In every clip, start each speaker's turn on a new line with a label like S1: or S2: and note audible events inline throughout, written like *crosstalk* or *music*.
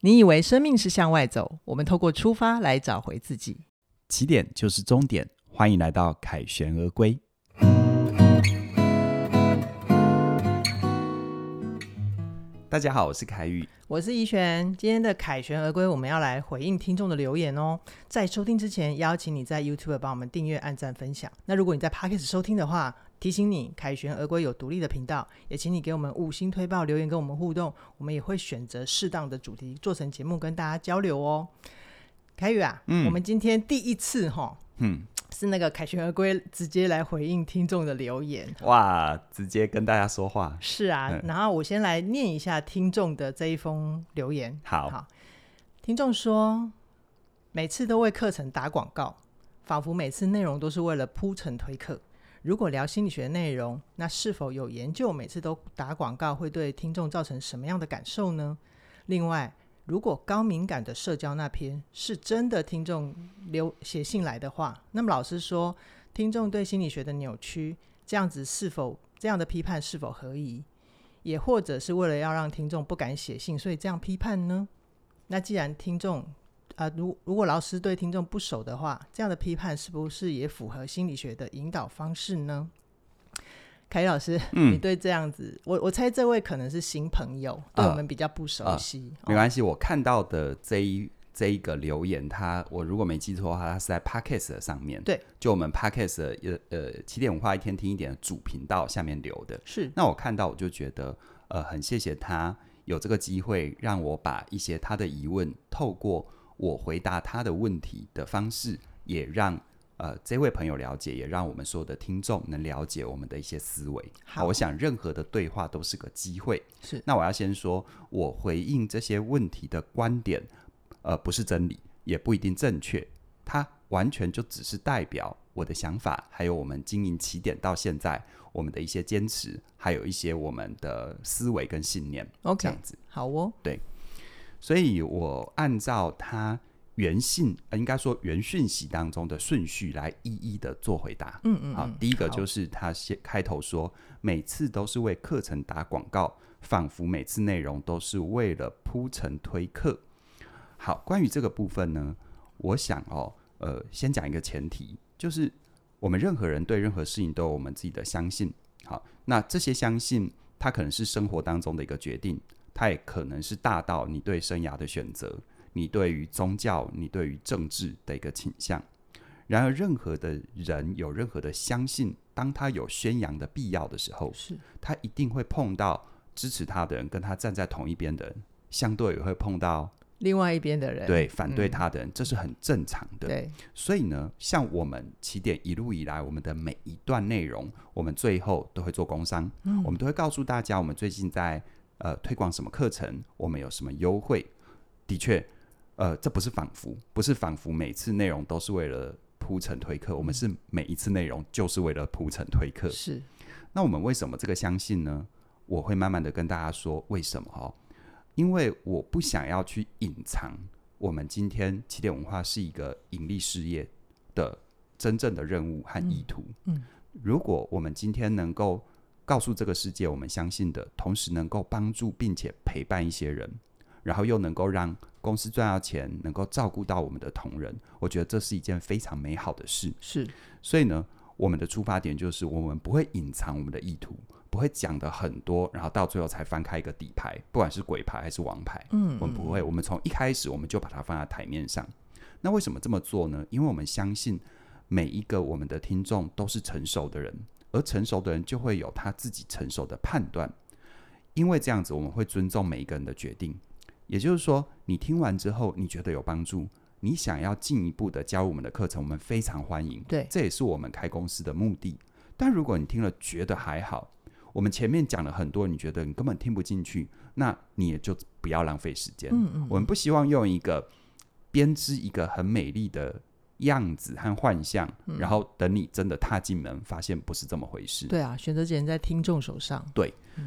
S1: 你以为生命是向外走，我们透过出发来找回自己。
S2: 起点就是终点，欢迎来到凯旋而归。大家好，我是凯宇。
S1: 我是怡璇，今天的凯旋而归，我们要来回应听众的留言哦。在收听之前，邀请你在 YouTube 帮我们订阅、按赞、分享。那如果你在 Podcast 收听的话，提醒你凯旋而归有独立的频道，也请你给我们五星推报留言跟我们互动，我们也会选择适当的主题做成节目跟大家交流哦。凯宇啊，
S2: 嗯
S1: 我们今天第一次哈
S2: 嗯，
S1: 是那个凯旋而归直接来回应听众的留言。
S2: 哇，直接跟大家说话。
S1: 是啊，
S2: 嗯
S1: 然后我先来念一下听众的这一封留言。
S2: 好
S1: 听众说，每次都为课程打广告，仿佛每次内容都是为了铺陈推课。如果聊心理学内容，那是否有研究每次都打广告会对听众造成什么样的感受呢？另外，如果高敏感的社交那篇是真的听众留写信来的话，那么老师说，听众对心理学的扭曲，这样子是否这样的批判是否合宜？也或者是为了要让听众不敢写信，所以这样批判呢？那既然听众啊、如如果老师对听众不熟的话，这样的批判是不是也符合心理学的引导方式呢？凯宇老师，你
S2: 嗯，
S1: 对这样子，我我猜这位可能是新朋友，对
S2: 啊
S1: 我们比较不熟
S2: 啊
S1: 悉。
S2: 没
S1: 哦
S2: 关系，我看到的这一这一个留言，它我如果没记错的话，它是在 Podcast 的上面，
S1: 对，
S2: 就我们 Podcast 的呃呃起点文化一天听一点的主频道下面留的。
S1: 是
S2: 那我看到我就觉得，呃，很谢谢他有这个机会让我把一些他的疑问，透过我回答他的问题的方式，也让呃这位朋友了解，也让我们所有的听众能了解我们的一些思维。
S1: 好
S2: 我想任何的对话都是个机会。
S1: 是
S2: 那我要先说，我回应这些问题的观点，呃，不是真理，也不一定正确，它完全就只是代表我的想法，还有我们经营起点到现在我们的一些坚持，还有一些我们的思维跟信念这
S1: OK，
S2: 样子。
S1: 好哦，
S2: 所以我按照他原信，呃、应该说原讯息当中的顺序来一一的做回答。
S1: 嗯嗯，
S2: 好
S1: 嗯，
S2: 第一个
S1: 好
S2: 就是他先开头说，每次都是为课程打广告，仿佛每次内容都是为了铺陈推课。好，关于这个部分呢，我想哦，呃，先讲一个前提，就是我们任何人对任何事情都有我们自己的相信。好，那这些相信，它可能是生活当中的一个决定，它也可能是大到你对生涯的选择，你对于宗教，你对于政治的一个倾向。然而，任何的人有任何的相信，当他有宣扬的必要的时候，
S1: 是
S2: 他一定会碰到支持他的人，跟他站在同一边的人，相对也会碰到
S1: 另外一边的人，
S2: 对反对
S1: 嗯
S2: 他的人，这是很正常的。
S1: 对
S2: 所以呢，像我们起点一路以来，我们的每一段内容，我们最后都会做工商，我们都会告诉大家我们最近在呃推广什么课程，我们有什么优惠。的确，呃，这不是仿佛，不是仿佛每次内容都是为了铺陈推客，我们是每一次内容就是为了铺陈推客。
S1: 是
S2: 那我们为什么这个相信呢？我会慢慢的跟大家说为什么哦，因为我不想要去隐藏我们今天起点文化是一个盈利事业的真正的任务和意图。
S1: 嗯
S2: 如果我们今天能够告诉这个世界我们相信的，同时能够帮助并且陪伴一些人，然后又能够让公司赚到钱，能够照顾到我们的同仁，我觉得这是一件非常美好的事。
S1: 是
S2: 所以呢，我们的出发点就是我们不会隐藏我们的意图，不会讲的很多，然后到最后才翻开一个底牌，不管是鬼牌还是王牌，
S1: 嗯
S2: 我们不会，我们从一开始我们就把它放在台面上。那为什么这么做呢？因为我们相信每一个我们的听众都是成熟的人，而成熟的人就会有他自己成熟的判断。因为这样子，我们会尊重每一个人的决定。也就是说，你听完之后，你觉得有帮助，你想要进一步的加入我们的课程，我们非常欢迎。
S1: 对
S2: 这也是我们开公司的目的。但如果你听了觉得还好，我们前面讲了很多，你觉得你根本听不进去，那你也就不要浪费时间。
S1: 嗯嗯，
S2: 我们不希望用一个编织一个很美丽的样子和幻象，
S1: 嗯
S2: 然后等你真的踏进门，发现不是这么回事。
S1: 对啊，选择权在听众手上，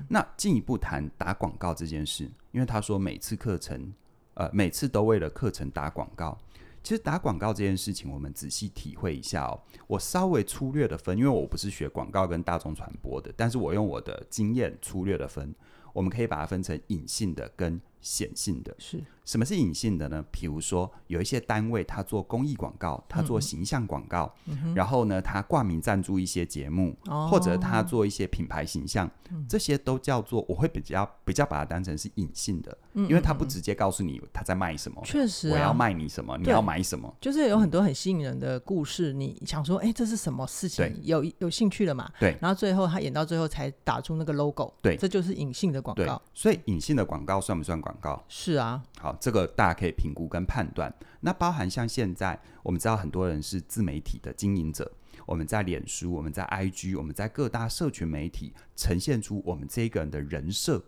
S2: 那进一步谈打广告这件事，因为他说每次课程，呃，每次都为了课程打广告。其实打广告这件事情，我们仔细体会一下哦。我稍微粗略的分，因为我不是学广告跟大众传播的，但是我用我的经验粗略的分，我们可以把它分成隐性的跟显性的。
S1: 是
S2: 什么是隐性的呢？比如说，有一些单位他做公益广告，他做形象广告，然后呢，他挂名赞助一些节目，
S1: 哦嗯
S2: 或者他做一些品牌形象，这些都叫做我会比较比较把它当成是隐性的，
S1: 嗯
S2: 因为他不直接告诉你他在卖什么，
S1: 确实、啊，
S2: 我要卖你什么，你
S1: 对
S2: 要买什么，
S1: 就是有很多很吸引人的故事，你想说，哎、这是什么事情
S2: 对？
S1: 有有兴趣了嘛？
S2: 对
S1: 然后最后他演到最后才打出那个 logo，
S2: 对
S1: 这就是隐性的广
S2: 对
S1: 告。，
S2: 所以隐性的广告算不算广告？
S1: 是啊，
S2: 好，这个大家可以评估跟判断。那包含像现在，我们知道很多人是自媒体的经营者，我们在脸书、我们在 IG、我们在各大社群媒体呈现出我们这个人的人设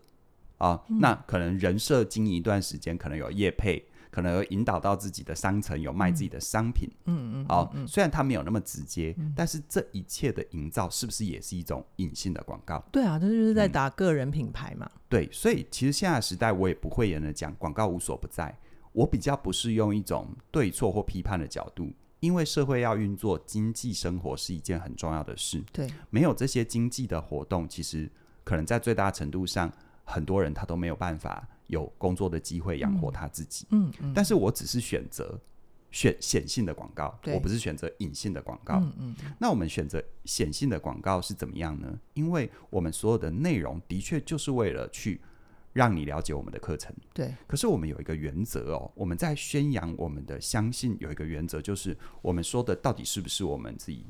S2: 啊，那可能人设经营一段时间，可能有业配。可能有引导到自己的商城，有卖自己的商品，嗯嗯，嗯哦，虽然它没有那么直接，但是这一切的营造是不是也是一种隐性的广告？
S1: 对啊，这就是
S2: 嗯
S1: 在打个人品牌嘛。
S2: 对，所以其实现在的时代，我也不讳言的讲，广告无所不在。我比较不是用一种对错或批判的角度，因为社会要运作，经济生活是一件很重要的事。
S1: 对，
S2: 没有这些经济的活动，其实可能在最大程度上，很多人他都没有办法有工作的机会养活他自己。
S1: 嗯嗯
S2: 但是我只是选择选显性的广告，
S1: 对
S2: 我不是选择隐性的广告。
S1: 嗯嗯，
S2: 那我们选择显性的广告是怎么样呢？因为我们所有的内容的确就是为了去让你了解我们的课程。
S1: 对，
S2: 可是我们有一个原则哦，我们在宣扬我们的相信有一个原则，就是我们说的到底是不是我们自己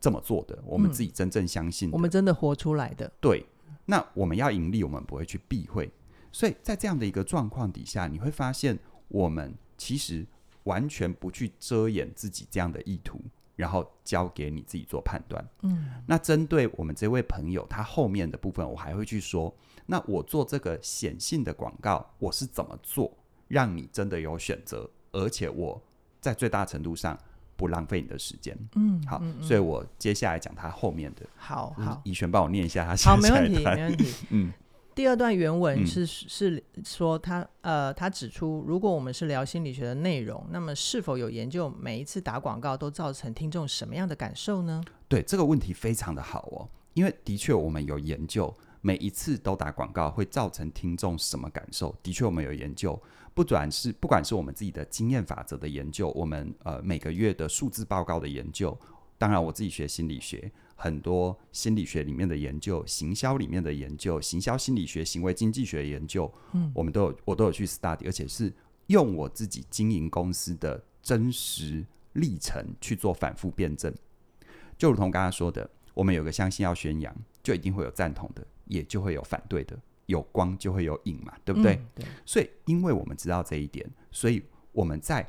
S2: 这么做的，我们自己真正相信的。
S1: 我们真的活出来的。
S2: 对，那我们要盈利，我们不会去避讳。所以在这样的一个状况底下，你会发现我们其实完全不去遮掩自己这样的意图，然后交给你自己做判断。
S1: 嗯，
S2: 那针对我们这位朋友他后面的部分，我还会去说，那我做这个显性的广告，我是怎么做，让你真的有选择，而且我在最大程度上不浪费你的时间。
S1: 嗯，
S2: 好，所以我接下来讲他后面的。
S1: 好
S2: 就是
S1: 好
S2: 怡璇帮我念一下他写
S1: 哦好，没
S2: 下来
S1: 问
S2: 的
S1: 题，没问题。
S2: *laughs* 嗯，
S1: 第二段原文
S2: 嗯
S1: 是、是说他呃，他指出，如果我们是聊心理学的内容，那么是否有研究每一次打广告都造成听众什么样的感受呢？
S2: 对这个问题非常的好哦，因为的确我们有研究，每一次都打广告会造成听众什么感受？的确我们有研究，不管是不管是我们自己的经验法则的研究，我们呃每个月的数字报告的研究，当然我自己学心理学。很多心理学里面的研究、行销里面的研究、行销心理学、行为经济学的研究，嗯，我们都有我都有去 study，而且是用我自己经营公司的真实历程去做反复辩证。就如同刚刚说的，我们有个相信要宣扬，就一定会有赞同的，也就会有反对的，有光就会有影嘛，对不呃对？
S1: 嗯对，
S2: 所以，因为我们知道这一点，所以我们在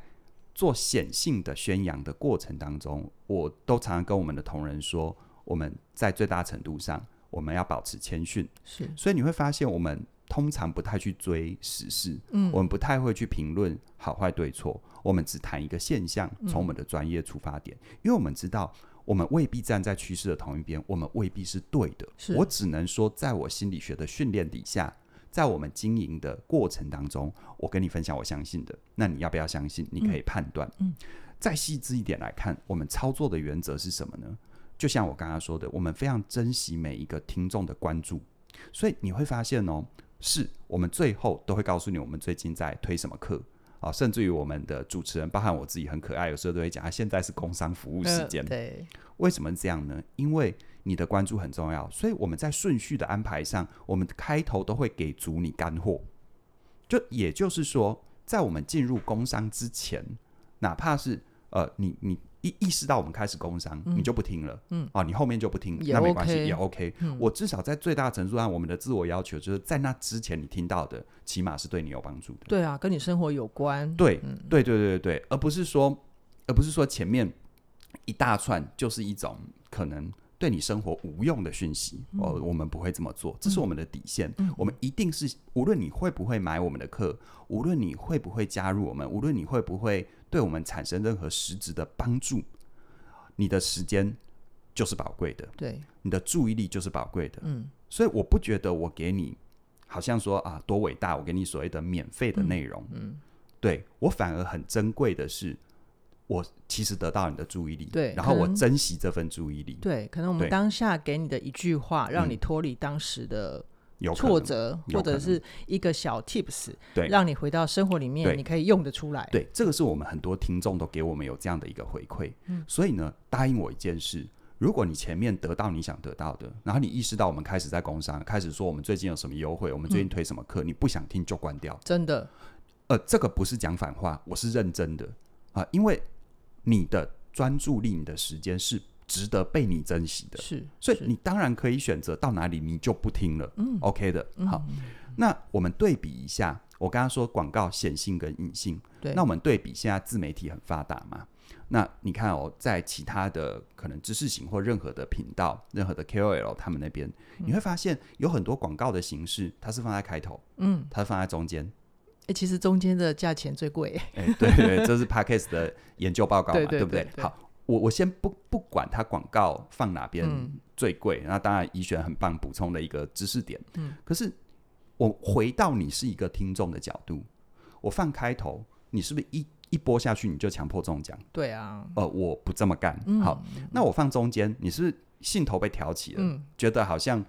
S2: 做显性的宣扬的过程当中，我都常常跟我们的同仁说，我们在最大程度上，我们要保持谦逊。
S1: 是，
S2: 所以你会发现，我们通常不太去追时事，
S1: 嗯
S2: 我们不太会去评论好坏对错，我们只谈一个现象，从我们的专业出发点，因为我们知道。我们未必站在趋势的同一边，我们未必是对的。
S1: 是
S2: 我只能说，在我心理学的训练底下，在我们经营的过程当中，我跟你分享我相信的，那你要不要相信？你可以判断。
S1: 嗯，
S2: 再细致一点来看，我们操作的原则是什么呢？就像我刚刚说的，我们非常珍惜每一个听众的关注，所以你会发现哦，是我们最后都会告诉你我们最近在推什么课啊，甚至于我们的主持人，包含我自己很可爱，有时候都会讲，啊，现在是工商服务时间
S1: 呃，对，
S2: 为什么这样呢？因为你的关注很重要，所以我们在顺序的安排上，我们开头都会给足你干货。就也就是说，在我们进入工商之前，哪怕是呃，你你意意识到我们开始工商，你就不听了，嗯，啊，你后面就不听，
S1: 也
S2: 那没关系，
S1: OK
S2: 也 OK、我至少在最大程度上，我们的自我要求就是在那之前你听到的，起码是对你有帮助的。
S1: 对啊，跟你生活有关，
S2: 对，对，对，对，对，对，而不是说，而不是说前面一大串就是一种可能对你生活无用的讯息。哦，我们不会这么做，这是我们的底线。我们一定是，无论你会不会买我们的课，无论你会不会加入我们，无论你会不会对我们产生任何实质的帮助，你的时间就是宝贵的。
S1: 对，
S2: 你的注意力就是宝贵的。
S1: 嗯，
S2: 所以我不觉得我给你好像说啊多伟大，我给你所谓的免费的内容，嗯，对我反而很珍贵的是，我其实得到你的注意力，
S1: 对
S2: 然后
S1: 可
S2: 我
S1: 能
S2: 珍惜这份注意力，
S1: 对，可能我们
S2: 对
S1: 当下给你的一句话，让
S2: 嗯
S1: 你脱离当时的
S2: 有可
S1: 挫
S2: 能
S1: 折，
S2: 嗯有
S1: 或
S2: 可
S1: 者
S2: 能
S1: 是一个小 tips，
S2: 对
S1: 让你回到生活里面，
S2: 对
S1: 你可以用得出来。
S2: 对，这个是我们很多听众都给我们有这样的一个回馈。
S1: 嗯
S2: 所以呢，答应我一件事。如果你前面得到你想得到的，然后你意识到我们开始在工商，开始说我们最近有什么优惠，我们
S1: 嗯
S2: 最近推什么课，你不想听就关掉。
S1: 真的，
S2: 呃，这个不是讲反话，我是认真的啊、因为你的专注力、你的时间是值得被你珍惜的。
S1: 是，
S2: 所以
S1: 是
S2: 你当然可以选择到哪里你就不听了，嗯，OK 的。好，那我们对比一下，我刚刚说广告显性跟隐性，
S1: 对，
S2: 那我们对比现在自媒体很发达嘛，那你看哦，在其他的可能知识型或任何的频道、任何的 KOL 他们那边，你会发现有很多广告的形式，它是放在开头，
S1: 嗯，
S2: 它是放在中间，
S1: 诶其实中间的价钱最贵，
S2: 哎、对对，这是 Parkes 的研究报告嘛，
S1: 对对
S2: 不
S1: 对对
S2: 好，我我先不不管它广告放哪边
S1: 嗯
S2: 最贵，那当然怡璇很棒补充的一个知识点。
S1: 嗯，
S2: 可是我回到你是一个听众的角度，我放开头，你是不是一一播下去你就强迫中奖？
S1: 对啊，
S2: 呃，我不这么干。
S1: 嗯
S2: 好，那我放中间，你是不是兴头被挑起了，
S1: 嗯，
S2: 觉得好像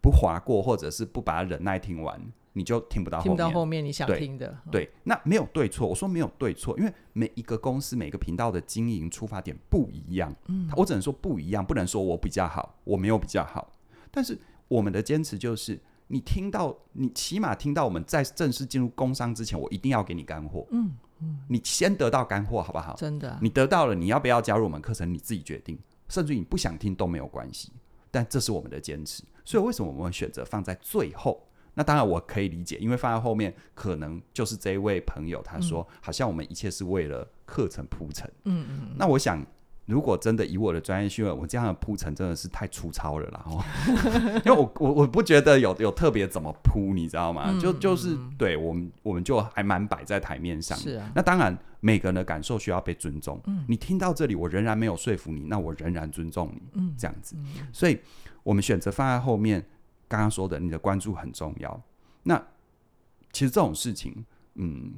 S2: 不划过，或者是不把它忍耐听完，你就听不到
S1: *laughs*
S2: 后
S1: 听不
S2: 面。
S1: 到后面你想
S2: 对
S1: 听的，
S2: 对，那没有对错，我说没有对错，因为每一个公司、每个频道的经营出发点不一样。嗯，我只能说不一样，不能说我比较好，我没有比较好。但是我们的坚持就是，你听到，你起码听到我们在正式进入工商之前，我一定要给你干货。嗯嗯，你先得到干货好不好？
S1: 真的啊，
S2: 你得到了，你要不要加入我们课程，你自己决定，甚至你不想听都没有关系。但这是我们的坚持，所以为什么我们会选择放在最后？那当然我可以理解，因为放在后面可能就是这一位朋友他说，好像我们一切是为了课程铺陈。
S1: 嗯嗯，
S2: 那我想，如果真的以我的专业训练，我这样的铺陈真的是太粗糙了啦，哦， *laughs* 因为我我我不觉得有有特别怎么铺，你知道
S1: 嗯
S2: 吗？就就是对我们我们就还蛮摆在台面上的。
S1: 是啊，嗯
S2: 那当然，每个人的感受需要被尊重。你听到这里，我仍然没有说服你，那我仍然尊重你。
S1: 嗯
S2: 这样子，所以我们选择放在后面。刚刚说的，你的关注很重要。那其实这种事情，嗯，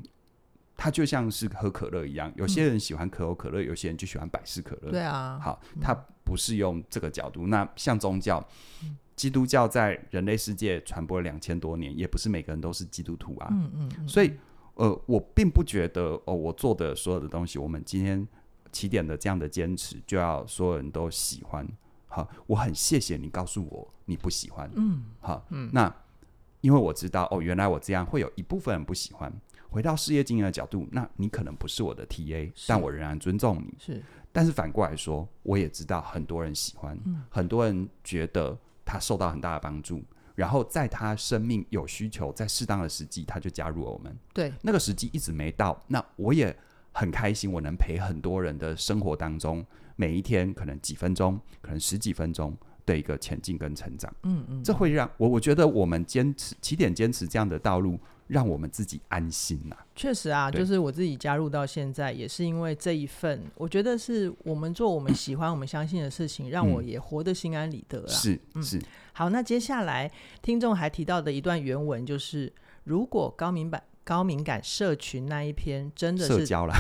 S2: 它就像是喝可乐一样，有些人喜欢可口可乐，有些人就喜欢百事可乐。
S1: 对啊，
S2: 好，它不是用这个角度。那像宗教，基督教在人类世界传播两千多年，也不是每个人都是基督徒啊。
S1: 嗯嗯嗯，
S2: 所以呃，我并不觉得哦，我做的所有的东西，我们今天起点的这样的坚持，就要所有人都喜欢。好，我很谢谢你告诉我你不喜欢。
S1: 嗯，
S2: 好，
S1: 嗯
S2: 那因为我知道哦，原来我这样会有一部分人不喜欢。回到事业经营的角度，那你可能不是我的 TA，
S1: 是
S2: 但我仍然尊重你。
S1: 是
S2: 但是反过来说，我也知道很多人喜欢，
S1: 嗯
S2: 很多人觉得他受到很大的帮助，然后在他生命有需求，在适当的时机，他就加入了我们。
S1: 对，
S2: 那个时机一直没到，那我也很开心，我能陪很多人的生活当中，每一天可能几分钟，可能十几分钟的一个前进跟成长，
S1: 嗯嗯，
S2: 这会让我我觉得我们坚持起点坚持这样的道路，让我们自己安心呐、
S1: 确实啊，
S2: 对
S1: 就是我自己加入到现在，也是因为这一份，我觉得是我们做我们喜欢、我们相信的事情，让我也活得心安理得啦。
S2: 是是，
S1: 好，那接下来听众还提到的一段原文就是，如果高敏感高敏感社群那一篇真的
S2: 社
S1: 是
S2: 交啦，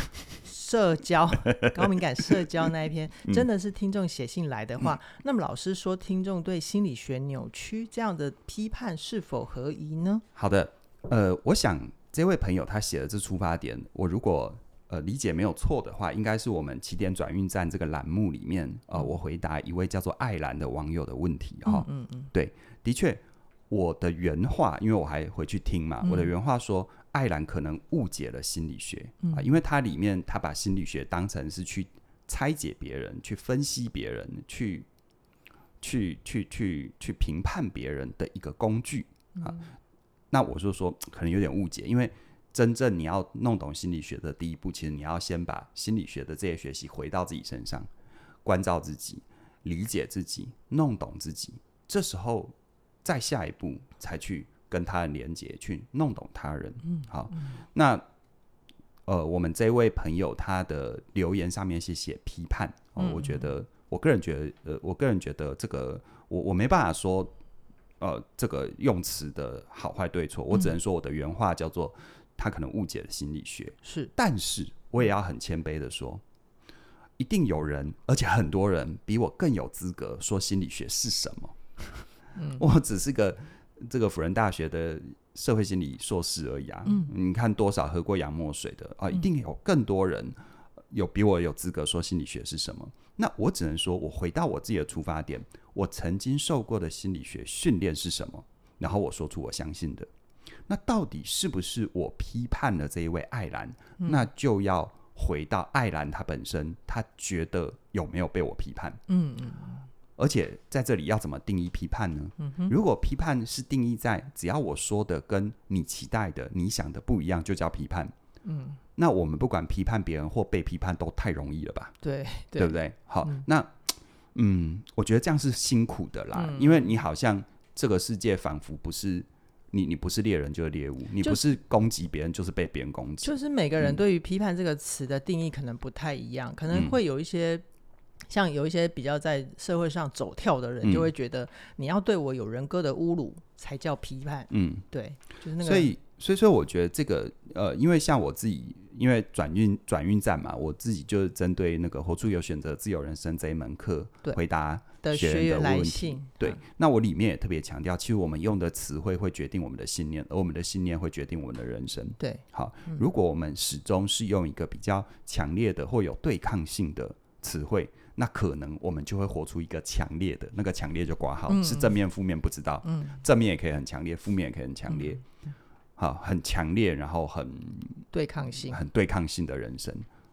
S1: 社
S2: *laughs*
S1: 交高敏感社交那一篇
S2: 嗯
S1: 真的是听众写信来的话，那么老师说听众对心理学扭曲这样的批判是否合宜呢？
S2: 好的，呃，我想这位朋友他写的这出发点，我如果呃理解没有错的话，应该是我们起点转运站这个栏目里面，呃，我回答一位叫做艾兰的网友的问题哈、
S1: 嗯嗯，
S2: 的确，我的原话，因为我还回去听嘛，
S1: 嗯
S2: 我的原话说，艾兰可能误解了心理学啊、
S1: 嗯
S2: 因为它里面他把心理学当成是去拆解别人、去分析别人、去去去去去评判别人的一个工具啊。那我就说，可能有点误解，因为。真正你要弄懂心理学的第一步，其实你要先把心理学的这些学习回到自己身上，关照自己，理解自己，弄懂自己。这时候再下一步才去跟他人连接，去弄懂他人。嗯，好，那呃，我们这位朋友他的留言上面是写批判，哦，
S1: 嗯
S2: 我觉得，我个人觉得，呃，我个人觉得这个，我我没办法说，呃，这个用词的好坏对错，我只能说我的原话叫做他可能误解了心理学，
S1: 是
S2: 但是我也要很谦卑的说。一定有人，而且很多人比我更有资格说心理学是什么。我只是个这个辅仁大学的社会心理硕士而已啊。嗯，你看多少喝过洋墨水的啊，一定有更多人有比我有资格说心理学是什么。那我只能说，我回到我自己的出发点，我曾经受过的心理学训练是什么，然后我说出我相信的。那到底是不是我批判了这一位艾兰？
S1: 嗯
S2: 那就要回到艾兰她本身，她觉得有没有被我批判？
S1: 嗯嗯
S2: 而且在这里要怎么定义批判呢？如果批判是定义在只要我说的跟你期待的、你想的不一样，就叫批判。
S1: 嗯，
S2: 那我们不管批判别人或被批判，都太容易了吧？
S1: 对
S2: 对不
S1: 对？
S2: 对？好，
S1: 嗯
S2: 那嗯，我觉得这样是辛苦的啦，
S1: 嗯
S2: 因为你好像这个世界仿佛不是你，你不是猎人就是猎物，你
S1: 就
S2: 不是攻击别人就是被别人攻击。
S1: 就是每个人
S2: 嗯
S1: 对于“批判”这个词的定义可能不太一样，可能
S2: 嗯
S1: 会有一些。像有一些比较在社会上走跳的人，就
S2: 嗯
S1: 会觉得你要对我有人格的侮辱才叫批判，
S2: 嗯，
S1: 对，就是那个，
S2: 所以，所以说，我觉得这个呃，因为像我自己，因为转运转运站嘛，我自己就是针对那个“活出有选择，自由人生”这一门课
S1: 对嗯
S2: 回答
S1: 的
S2: 学
S1: 学
S2: 员
S1: 员
S2: 的
S1: 来
S2: 问题
S1: 信，
S2: 对，
S1: 嗯
S2: 那我里面也特别强调，其实我们用的词汇会决定我们的信念，而我们的信念会决定我们的人生。
S1: 对，
S2: 好，
S1: 嗯
S2: 如果我们始终是用一个比较强烈的或有对抗性的词汇，那可能我们就会活出一个强烈的，那个强烈就挂号，
S1: 嗯
S2: 是正面负面不知道，
S1: 嗯
S2: 正面也可以很强烈，负面也可以很强烈，好，很强烈，然后很
S1: 对抗性，
S2: 很对抗性的人生。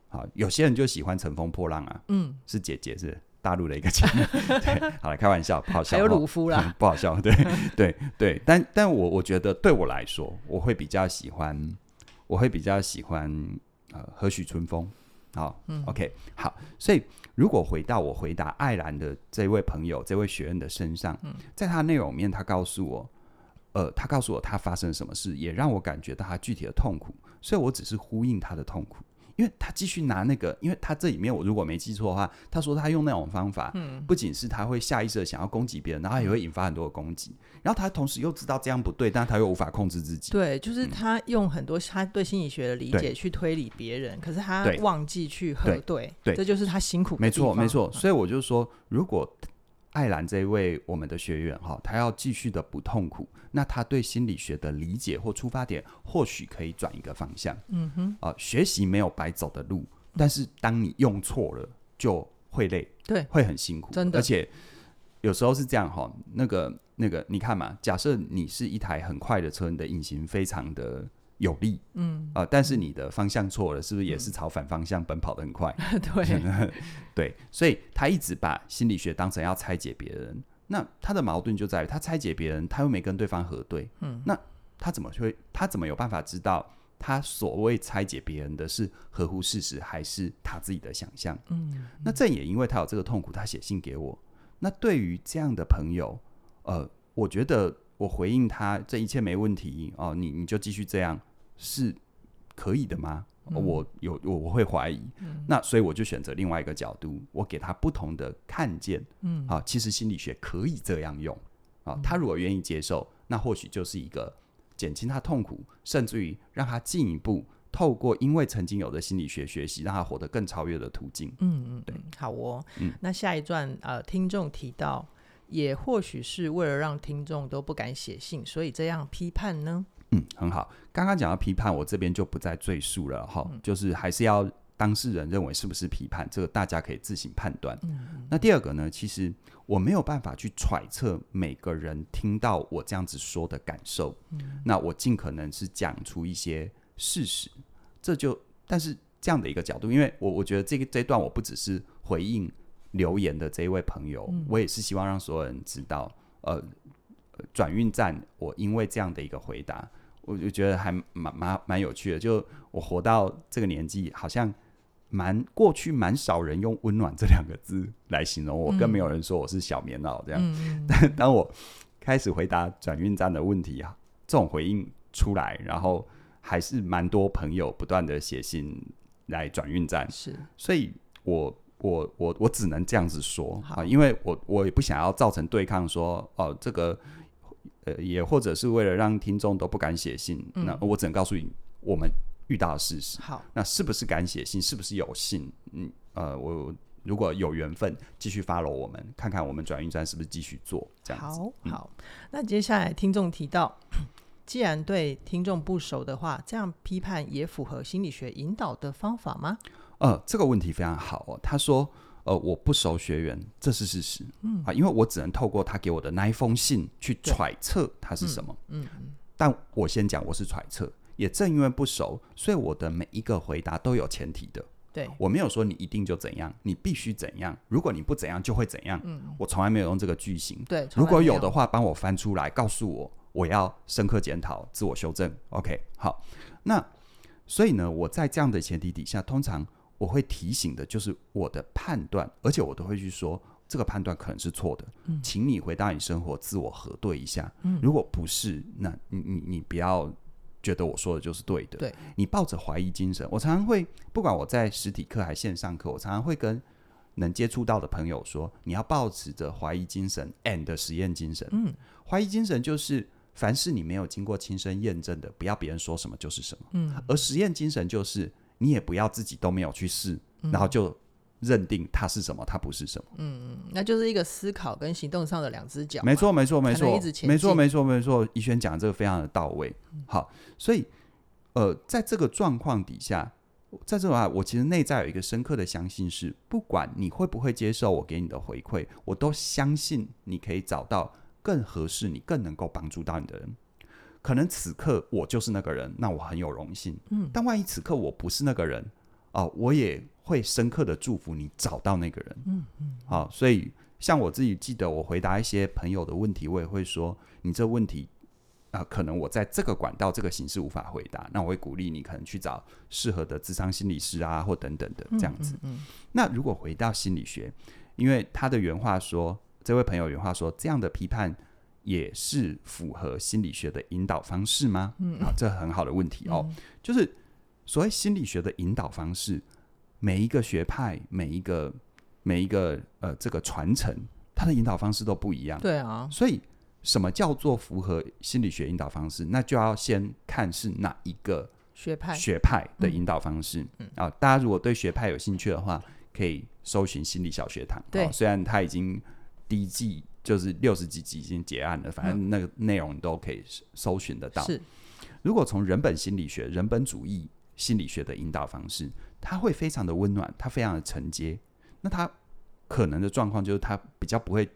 S2: 好，有些人就喜欢乘风破浪啊，
S1: 嗯，
S2: 是姐姐是大陆的一个姐
S1: *laughs*
S2: 妹，对，好了，开玩笑，不好笑
S1: 还有
S2: 哈
S1: 鲁夫啦，
S2: *laughs* 不好笑，对对对，但但我我觉得对我来说，我会比较喜欢，我会比较喜欢呃何许春风。好、o k 好，所以如果回到我回答艾兰的这位朋友、这位学员的身上，在他内容面，他告诉我，呃，他告诉我他发生了什么事，也让我感觉到他具体的痛苦，所以我只是呼应他的痛苦。因为他继续拿那个，因为他这里面我如果没记错的话，他说他用那种方法，不仅是他会下意识的想要攻击别人，然后也会引发很多的攻击，然后他同时又知道这样不对，但他又无法控制自己。
S1: 对，就是他用很多他对心理学的理
S2: 嗯对
S1: 解去推理别人，可是他
S2: 对
S1: 忘记去核
S2: 对
S1: 对，
S2: 对
S1: 这就是他辛苦的
S2: 没
S1: 地
S2: 错，没
S1: 方嗯
S2: 错。所以我就说，如果艾兰这一位我们的学员哈，他要继续的不痛苦，那他对心理学的理解或出发点，或许可以转一个方向。嗯哼，啊、学习没有白走的路，但是当你用错了，就会累，
S1: 对 *laughs*
S2: 会很辛苦，
S1: 真的
S2: 而且有时候是这样哈，那个那个，你看嘛，假设你是一台很快的车，你的引擎非常的。有力，嗯啊、但是你的方向错了，是不是也是朝反方向奔跑的很快？
S1: 对，
S2: *laughs* 对，所以他一直把心理学当成要拆解别人。那他的矛盾就在于，他拆解别人，他又没跟对方核对。嗯，那他怎么会？他怎么有办法知道他所谓拆解别人的是合乎事实，还是他自己的想象？
S1: 嗯，
S2: 那正也因为他有这个痛苦，他写信给我。那对于这样的朋友，呃，我觉得我回应他，这一切没问题哦，你你就继续这样是可以的吗？哦
S1: 嗯
S2: 我有我我会怀疑，那所以我就选择另外一个角度，我给他不同的看见，嗯，啊，其实心理学可以这样用啊，他如果愿意接受，那或许就是一个减轻他痛苦，甚至于让他进一步透过因为曾经有的心理学学习，让他活得更超越的途径。
S1: 嗯嗯，
S2: 对
S1: 嗯，好哦。
S2: 嗯
S1: 那下一段呃，听众提到，也或许是为了让听众都不敢写信，所以这样批判呢？
S2: 嗯，很好。刚刚讲到批判，我这边就不再赘述了哈，就是还是要当事人认为是不是批判，这个大家可以自行判断。那第二个呢，其实我没有办法去揣测每个人听到我这样子说的感受，那我尽可能是讲出一些事实，这就但是这样的一个角度，因为我我觉得这个这一段我不只是回应留言的这一位朋友，我也是希望让所有人知道，呃。呃转运站，我因为这样的一个回答，我就觉得还蛮蛮蛮有趣的。就我活到这个年纪，好像蛮过去蛮少人用“温暖”这两个字来形容我，更没有人说我是小棉袄这样。 *laughs* 但当我开始回答转运站的问题啊，这种回应出来，然后还是蛮多朋友不断的写信来转运站， *laughs*
S1: 是，
S2: 所以我我我我只能这样子说
S1: 好
S2: 啊，因为我我也不想要造成对抗说，哦这个呃，也或者是为了让听众都不敢写信，
S1: 嗯
S2: 那我只能告诉你我们遇到的事实。
S1: 好，
S2: 那是不是敢写信，是不是有信？嗯，呃，我如果有缘分，继续 follow 我们，看看我们转运站是不是继续做这样子。
S1: 好
S2: 嗯
S1: 好，那接下来听众提到，既然对听众不熟的话，这样批判也符合心理学引导的方法吗？
S2: 呃，这个问题非常好哦。他说，呃，我不熟学员，这是事实，嗯啊，因为我只能透过他给我的那一封信去
S1: 对
S2: 揣测他是什么。
S1: 嗯
S2: 但我先讲，我是揣测。也正因为不熟，所以我的每一个回答都有前提的。
S1: 对，
S2: 我没有说你一定就怎样，你必须怎样。如果你不怎样，就会怎样。
S1: 嗯，
S2: 我从来没有用这个句型。
S1: 对。从
S2: 如
S1: 来
S2: 果
S1: 没
S2: 有的，话，帮我翻出来，告诉我，我要深刻检讨、自我修正。OK，好。那所以呢，我在这样的前提底下，通常我会提醒的就是我的判断，而且我都会去说这个判断可能是错的，
S1: 嗯
S2: 请你回到你生活自我核对一下。如果不是，那你你你不要。觉得我说的就是对的，
S1: 对
S2: 你抱着怀疑精神，我常常会，不管我在实体课还是线上课，我常常会跟能接触到的朋友说，你要保持着怀疑精神 and 实验精神。
S1: 嗯，
S2: 怀疑精神就是凡是你没有经过亲身验证的，不要别人说什么就是什么；
S1: 嗯
S2: 而实验精神就是你也不要自己都没有去试，然后就认定它是什么，它不是什么。
S1: 嗯，那就是一个思考跟行动上的两只脚。
S2: 没，错，没错，
S1: 才
S2: 没
S1: 能
S2: 错
S1: 一直，前
S2: 没错，
S1: 进嗯
S2: 没错，没错。怡轩讲得这个非常的到位。好，所以呃，在这个状况底下，在这种啊，我其实内在有一个深刻的相信是，不管你会不会接受我给你的回馈，我都相信你可以找到更合适你、更能够帮助到你的人。可能此刻我就是那个人，那我很有荣幸。嗯，但万一此刻我不是那个人，啊、我也会深刻的祝福你找到那个人。嗯嗯，好、所以像我自己记得，我回答一些朋友的问题，我也会说，你这问题啊、呃可能我在这个管道、这个形式无法回答，那我会鼓励你可能去找适合的智商心理师啊，或等等的这样子。
S1: 嗯
S2: 那如果回到心理学，因为他的原话说，这位朋友原话说，这样的批判也是符合心理学的引导方式吗？嗯，啊，这很好的问题
S1: 嗯
S2: 哦。就是所谓心理学的引导方式，每一个学派、每一个每一个呃这个传承，它的引导方式都不一样。
S1: 对啊，
S2: 所以，什么叫做符合心理学引导方式？那就要先看是哪一个
S1: 学派，嗯
S2: 学派的引导方式、啊。大家如果对学派有兴趣的话，可以搜寻心理小学堂。
S1: 对
S2: 哦虽然它已经第一季就是六十几集已经结案了，
S1: 嗯
S2: 反正那个内容你都可以搜寻得到。
S1: 是，
S2: 如果从人本心理学、人本主义心理学的引导方式，它会非常的温暖，它非常的承接。那它可能的状况就是，它比较不会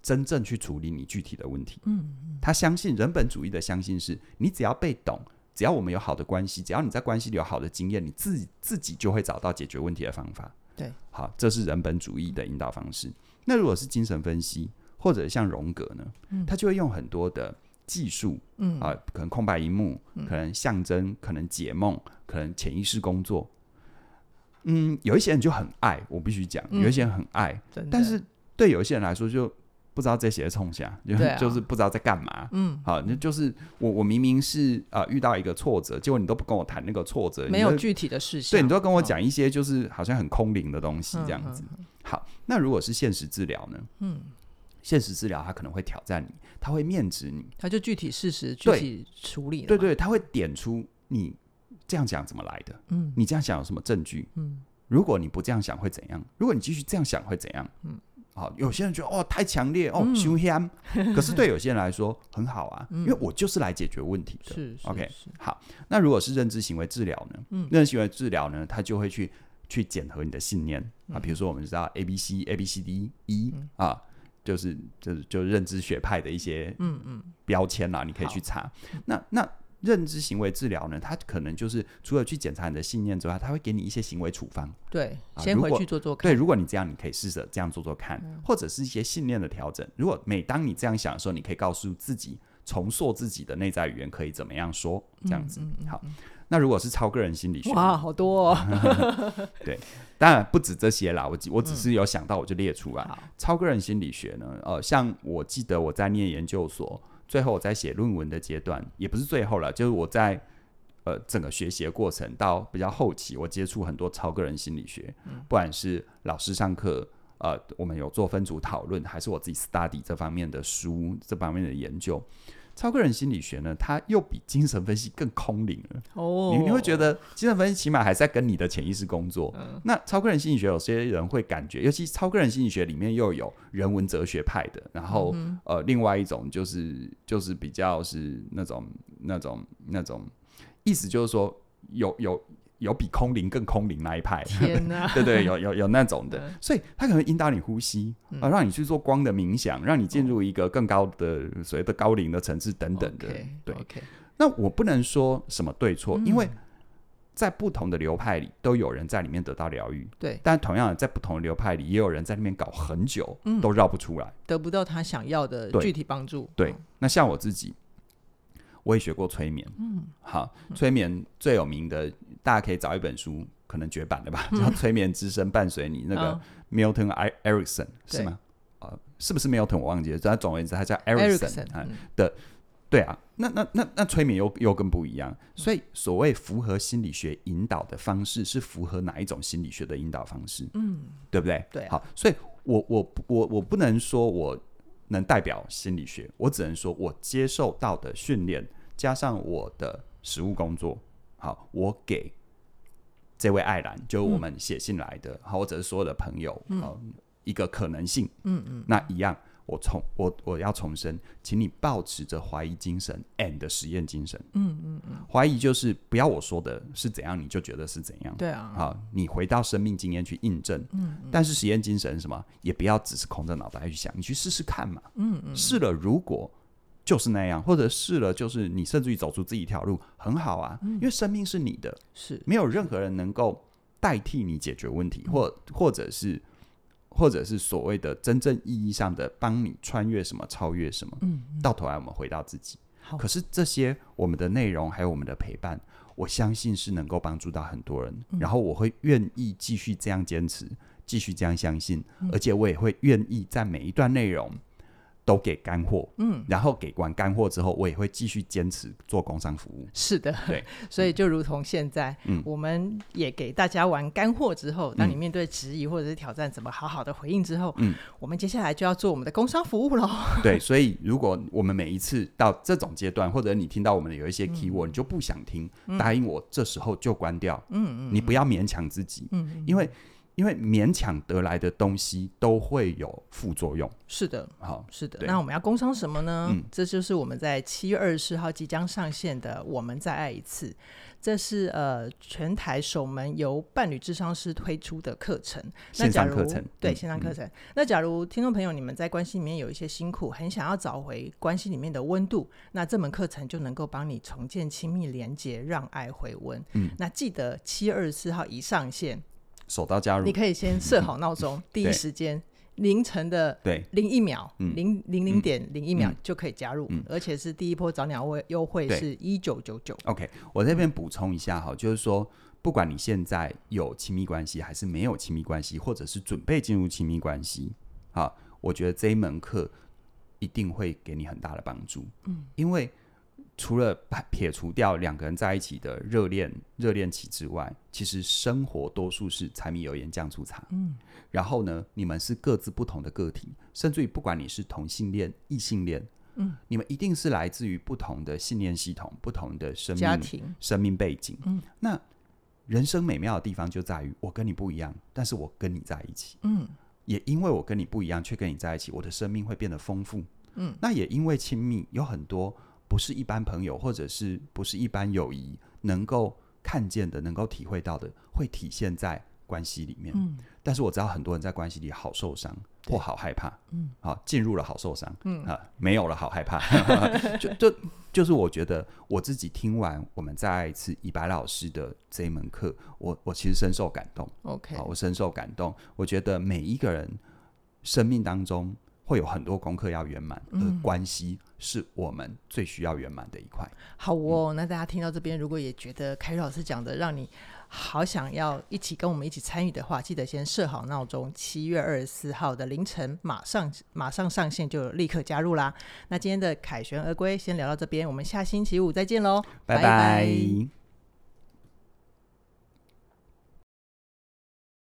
S2: 真正去处理你具体的问题。嗯他相信人本主义的相信是，你只要被懂，只要我们有好的关系，只要你在关系里有好的经验，你自自己就会找到解决问题的方法。
S1: 对，
S2: 好，这是人本主义的引导方式。那如果是精神分析或者像荣格呢，他就会用很多的技术，
S1: 嗯
S2: 啊、可能空白一幕，可能象征，可能解梦，可能潜意识工作。嗯，有一些人就很爱，我必须讲，
S1: 嗯
S2: 有一些人很爱，
S1: 真的
S2: 但是对有一些人来说就不知道这些冲下，就、
S1: 对啊
S2: 就是不知道在干嘛。
S1: 嗯，
S2: 好，那就是我我明明是呃遇到一个挫折，结果你都不跟我谈那个挫折，
S1: 没有
S2: 你都
S1: 具体的事项，
S2: 对你都跟我
S1: 嗯
S2: 讲一些就是好像很空灵的东西这样子。好，那如果是现实治疗呢？嗯，现实治疗它可能会挑战你，它会面质你，
S1: 他就具体事实具
S2: 对
S1: 体处理了嘛，
S2: 对对，他会点出你这样讲怎么来的，
S1: 嗯，
S2: 你这样想有什么证据？
S1: 嗯，
S2: 如果你不这样想会怎样？如果你继续这样想会怎样？嗯，好，有些人觉得哦太强烈
S1: 嗯
S2: 哦羞
S1: *laughs*
S2: 香，可是对有些人来说很好啊，因为我就是来解决问题的。
S1: 是是
S2: OK
S1: 是
S2: 好，那如果是认知行为治疗呢？嗯，认知行为治疗呢，它就会去去检核你的信念
S1: 嗯
S2: 啊，比如说我们知道 A B C A B C D E 啊，就是就是就是认知学派的一些
S1: 嗯嗯
S2: 标签啊啦，你可以去查。那那认知行为治疗呢，它可能就是除了去检查你的信念之外，它会给你一些行为处方。
S1: 对，
S2: 啊
S1: 先
S2: 如
S1: 回
S2: 果
S1: 去做做
S2: 对，
S1: 看，嗯
S2: 如果你这样，你可以试着这样做做看，或者是一些信念的调整。如果每当你这样想的时候，你可以告诉自己，重塑自己的内在语言可以怎么样说，这样
S1: 嗯
S2: 子。好，那如果是超个人心理学，
S1: 哇，好多哦，
S2: *laughs* 当然不止这些啦，我只我只是有想到我就列出来。
S1: 好
S2: 超个人心理学呢，呃，像我记得我在念研究所，最后我在写论文的阶段，也不是最后了，就是我在呃整个学习的过程到比较后期，我接触很多超个人心理学，不管是老师上课，呃，我们有做分组讨论，还是我自己 study 这方面的书，这方面的研究。超个人心理学呢，它又比精神分析更空灵了。
S1: 哦，
S2: 你你会觉得精神分析起码还在跟你的潜意识工作。
S1: 嗯
S2: 那超个人心理学有些人会感觉，尤其超个人心理学里面又有人文哲学派的，然后、
S1: 嗯
S2: 呃，另外一种就是就是比较是那种那种那种，意思就是说有有有比空灵更空灵那一派。
S1: 天哪、
S2: *laughs* 对
S1: *laughs*
S2: 对，有有有那种的
S1: 嗯，
S2: 所以他可能引导你呼吸啊、让你去做光的冥想，让你进
S1: 哦
S2: 入一个更高的所谓的高龄的层次等等的。
S1: OK，
S2: 对
S1: OK，
S2: 那我不能说什么对错，
S1: 嗯
S2: 因为在不同的流派里都有人在里面得到疗愈，
S1: 对，
S2: 但同样的在不同的流派里也有人在里面搞很久、
S1: 嗯
S2: 都绕不出来。
S1: 得不到他想要的
S2: 对
S1: 具体帮助。哦
S2: 对，那像我自己，我也学过催眠，嗯，好，催眠最有名的，大家可以找一本书，可能绝版了吧，叫《催眠之声伴随你》，那个
S1: 嗯
S2: Milton I- Erickson
S1: 对
S2: 是吗？呃，是不是 Milton 我忘记了，但总而言之，他叫
S1: Erickson，
S2: Erickson，哎对啊，那那那那催眠又又更不一样，所以所谓符合心理学引导的方式是符合哪一种心理学的引导方式，
S1: 嗯，
S2: 对不对？
S1: 对啊
S2: 好，所以我我我我不能说我能代表心理学，我只能说我接受到的训练加上我的实务工作，好，我给这位艾兰，就是我们写信来的，好，或者是所有的朋友，嗯、一个可能性，
S1: 嗯嗯，
S2: 那一样，我重我我要重申，请你保持着怀疑精神 and 实验精神。嗯嗯嗯，怀疑就是不要我说的是怎样，你就觉得是怎样。
S1: 对啊，
S2: 好，你回到生命经验去印证。嗯但是实验精神是什么，也不要只是空着脑袋去想，你去试试看嘛。嗯嗯，试了如果。就是那样，或者试了，就是你甚至于走出自己一条路，很好啊，因为生命是你的，
S1: 是
S2: 没有任何人能够代替你解决问题，或或者是或者是所谓的真正意义上的帮你穿越什么、超越什么。
S1: 嗯，
S2: 到头来我们回到自己。
S1: 好
S2: 可是这些我们的内容还有我们的陪伴，我相信是能够帮助到很多人。
S1: 嗯
S2: 然后我会愿意继续这样坚持，继续这样相信，
S1: 嗯
S2: 而且我也会愿意在每一段内容都给干货。
S1: 嗯，
S2: 然后给完干货之后，我也会继续坚持做工商服务。
S1: 是的，
S2: 对，
S1: *laughs* 所以就如同现在，
S2: 嗯
S1: 我们也给大家玩干货之后，当你
S2: 嗯
S1: 面对质疑或者是挑战，怎么好好的回应之后，
S2: 嗯，
S1: 我们接下来就要做我们的工商服务喽。 *laughs*
S2: 对，所以如果我们每一次到这种阶段，或者你听到我们有一
S1: 嗯
S2: 些 keyword，、你就不想听，答应我这时候就关掉。嗯嗯，你不要勉强自己，
S1: 嗯，
S2: 因为因为勉强得来的东西都会有副作用。
S1: 是的。
S2: 好，
S1: 是的，
S2: 对
S1: 那我们要工商什么呢？
S2: 嗯
S1: 这就是我们在七月二十四号即将上线的《我们再爱一次》，这是呃全台首门由伴侣智商师推出的课程。那
S2: 线
S1: 假
S2: 上
S1: 如
S2: 课程，
S1: 对
S2: 嗯
S1: 线上课程。那假如听众朋友你们在关系里面有一些辛苦，很想要找回关系里面的温度，那这门课程就能够帮你重建亲密连接，让爱回温。
S2: 嗯，
S1: 那记得七月二十四号一上线，
S2: 手到加入
S1: 你，可以先设好闹钟，第一
S2: *laughs* 对
S1: 时间凌晨的。
S2: 对，
S1: 零一秒，
S2: 嗯
S1: 零零零点零一秒
S2: 嗯
S1: 就可以加入，
S2: 嗯
S1: 而且是第一波早鸟优优惠
S2: 对
S1: 是一九九九，
S2: OK，我这边补充一下哈，就是说，不管你现在有亲密关系，还是没有亲密关系，或者是准备进入亲密关系，好，我觉得这一门课一定会给你很大的帮助。嗯，因为除了把撇除掉两个人在一起的热恋热恋期之外，其实生活多数是柴米油盐酱醋茶。嗯，然后呢，你们是各自不同的个体，甚至于不管你是同性恋、异性恋。嗯，你们一定是来自于不同的信念系统、不同的生
S1: 家
S2: 命
S1: 庭
S2: 生命背景。嗯，那人生美妙的地方就在于我跟你不一样，但是我跟你在一起。嗯，也因为我跟你不一样，却跟你在一起，我的生命会变得丰富。嗯，那也因为亲密，有很多不是一般朋友或者是不是一般友谊能够看见的、能够体会到的，会体现在关系里面。嗯，但是我知道很多人在关系里好受伤或好害怕。嗯，好、进入了好受伤。嗯啊，没有了好害怕。 *laughs* 就就就是我觉得我自己听完我们再一次以白老师的这一门课，我我其实深受感动，
S1: ，OK，
S2: 好，我深受感动。我觉得每一个人生命当中会有很多功课要圆满，而关系是我们最需要圆满的一块。
S1: 好
S2: 嗯
S1: 哦，那大家听到这边，如果也觉得凯瑞老师讲的让你好想要一起跟我们一起参与的话，记得先设好闹钟，七月二十四号的凌晨马上马上上线就立刻加入啦。那今天的凯旋而归先聊到这边，我们下星期五再见喽，
S2: 拜
S1: 拜
S2: 拜